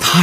他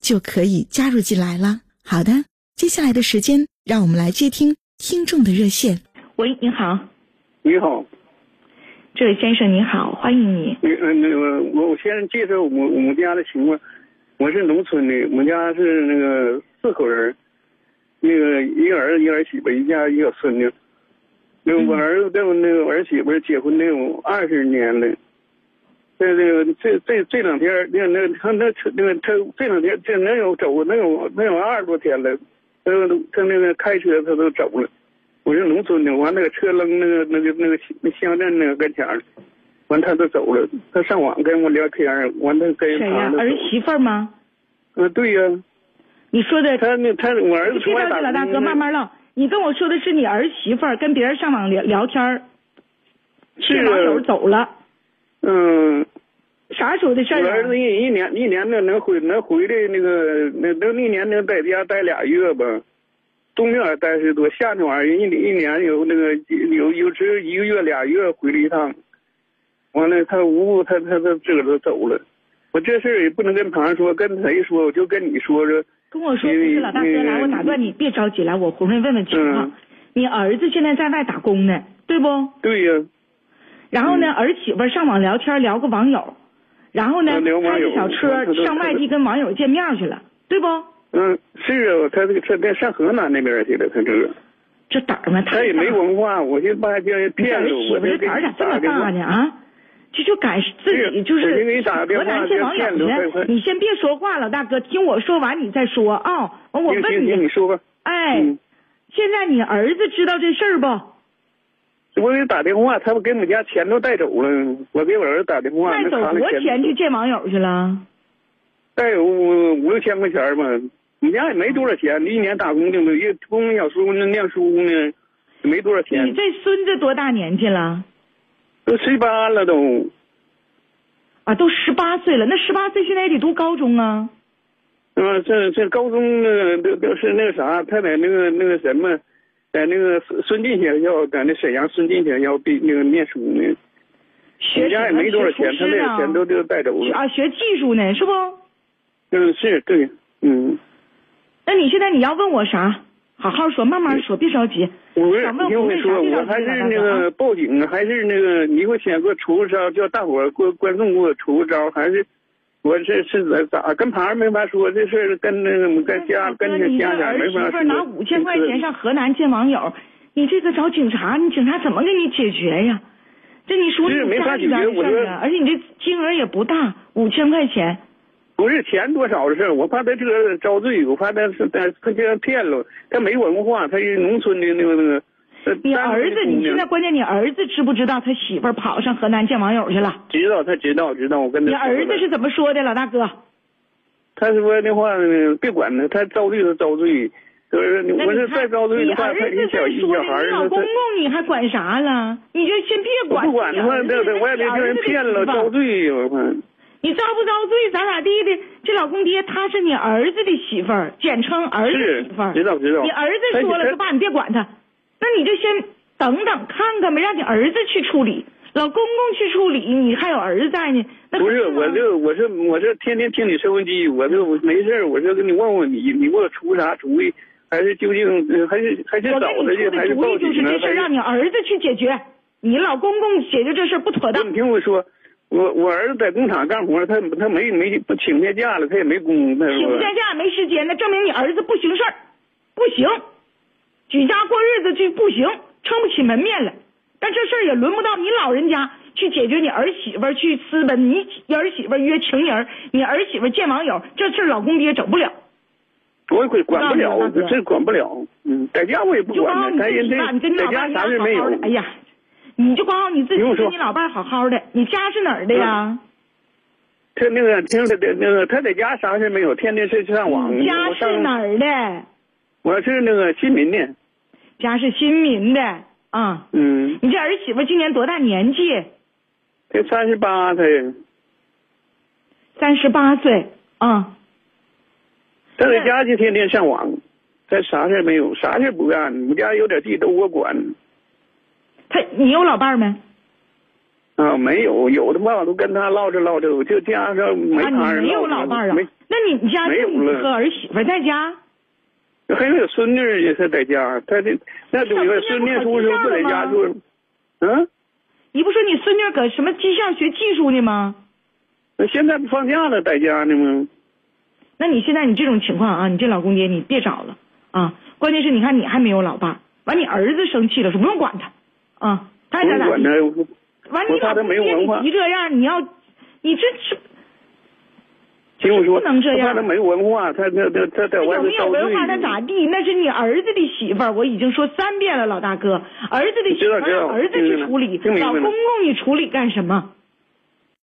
就可以加入进来了。好的，接下来的时间，让我们来接听听众的热线。喂，您好，你好，这位先生您好，欢迎你。那呃那个我我先介绍我我们家的情况，我是农村的，我们家是那个四口人儿，那个一个儿子一个儿媳妇，一家一个孙女。那个我儿子跟我那个儿媳妇儿结婚那有二十年了，这这个这这这两天儿那个那个他那那个他这两天这能有走能有能有二十多天了，他他那个开车他都走了。我是农村的，完那个车扔那个那个那个那乡镇那个跟前儿，完他都走了。他上网跟我聊天儿，完他跟谁呀旁？边儿走媳妇儿吗？嗯，对呀、你说的，他那他我儿子你从别外着急，打老大工呢哥，慢慢唠。你跟我说的是你儿媳妇儿跟别人上网聊聊天儿，是去网友走了，嗯。啥时候的事我儿儿啊子？一一年一年呢能回能回来那个那能一年能在家待俩月吧，冬天待十多，夏天玩意儿一一年有那个有有只一个月俩月回来一趟，完了他无故他他他自个儿都走了，我这事儿也不能跟旁人说，跟谁说我就跟你说嗯说，跟我说不是老大哥，来，我打断你，别着急，来，我红人问问情况嗯。你儿子现在在外打工呢，对不？对呀、然后嗯呢，儿媳妇儿上网聊天聊个网友，然后呢，啊聊网开友着小他他车他上外地跟网友见面去了，对不？嗯，是啊，他这个他他上河南那边去了，他这个这胆 儿嘛，太他也大没了文化，我就怕叫人你这骗儿了媳我，妇这就给胆儿咋你这么打电大话。呢啊？这就敢自己就是我给你是打个电河话南见网友别骗去了，你先别说话，老大哥，听我说完你再说啊、完我行问行行，你你，说吧。哎，嗯现在你儿子知道这事儿不？我给他打电话，他不给我们家钱都带走了。我给我儿子打电话，带那走卡里多钱去见网友去了？带有五五六千块钱吧。你家也没多少嗯钱，一年打工就没，一工小叔那念书呢，也没多少你钱，这孙子多大年纪了？都十八了都。啊，都十八岁了，那十八岁现在也得读高中啊。嗯，这这高中那个都都是那个啥，他在那个那个什么，在那个孙孙进学校，在那沈阳孙进学校毕那个念书呢。学你家也没多少钱，他什那么学个钱都厨师都带走呢了。啊，学技术呢，是不？嗯，是对，嗯。那你现在你要问我啥？好好说，慢慢说，别着急。我想问你听我红跟你瑞啥说，地我方还去是了？那个报警，还是那个你给我先给我出个招，叫大伙儿给我观众给我出个招，还是我这是咋咋跟旁人没法说这事儿，跟那个跟家跟哥，你家这家儿没媳法妇说。儿拿五千块钱上河南见网友，你这个找警察，你警察怎么给你解决呀？这你属是于没你法家里边解的决我事觉儿得啊，而且你这金额也不大，五千块钱。不是钱多少的事儿，我怕他这个遭罪，我怕他是他他这骗了，他没文化，他是农村的那个那个。呃你单位的儿子，姑你现在娘关键你儿子知不知道他媳妇儿跑上河南见网友去了？知道他知道知道，我跟他你说儿了子是怎么说的，老大哥？他说那话呢，别管他，他遭罪就遭罪。就是那我你是看再遭罪你的话，儿他子一小再一说小的，孩儿你，老他公公你还管啥了？你就先别我管，不管你的话，儿子这是这外边你被儿人子的骗了，媳妇儿遭罪，我怕。你遭不遭罪，咋咋地的？这老公爹他是你儿子的媳妇儿，简称儿子是媳妇儿。知道知道你儿子说哎了，你说爸你别管他，那你就先等等看看呗，让你儿子去处理，老公公去处理，你还有儿子在呢。那不是，可吗我这我这我这天天听你收音机，我这我没事儿我这跟你问问你，你给我出啥主意？还是究竟呃还是还是我找跟他你去，出还的主报意就是警呢？这事还儿让你儿子去解决，你老公公解决这事儿不妥当不。你听我说，我我儿子在工厂干活，他他没没不请天假了，他也没工，他说请天假没时间，那证明你儿子不行事儿，不行，举家过日子去不行，撑不起门面了。但这事儿也轮不到你老人家去解决，你儿媳妇儿去私奔，你儿媳妇儿约情人，你儿媳妇儿见网友，这事儿老公爹整不了。我也管不了那是那，是真管不了。嗯，在家我也不你就管好管呢，咱你人自己吧，你跟这你在老伴家儿你俩啥事没好好的。哎有。呀，你就管好你自己，不用说嗯跟你老伴儿好好的。你家是哪儿的呀？他那个听他的那个他在家啥事没有，天天是上网。嗯你家我上是哪？儿的？我是那个新民的。家是新民的啊、嗯，你这儿媳妇今年多大年纪？他三十八才，三十八岁啊、他在家就天天上网，他啥事没有，啥事不干。我们家有点地都我管。她你有老伴儿没？啊，没有，有的嘛我都跟他唠着唠着，我就家上没啊，啥人唠着你没有老伴儿啊没，？那你家没就有你了和儿媳妇在家？还有孙女儿也是在家，他这那都有孙女叔叔不在家住，嗯，你不说你孙女搁什么技校学技术呢吗？那现在不放假了，在家呢吗？那你现在你这种情况啊，你这老公爹你别找了啊！关键是你看你还没有老伴儿，完你儿子生气了，说不用管他啊，他爱我咋咋管地。他，完你我怕他老公没有爹文化你急这样，你要你这是听我说，不能这样我怕他没文化，他他他他在那外有没头有遭罪文。化那咋地？那是你儿子的媳妇儿，我已经说三遍了，老大哥，儿子的媳妇知道知儿道儿子去处理，听明白了老公公你处理干什么？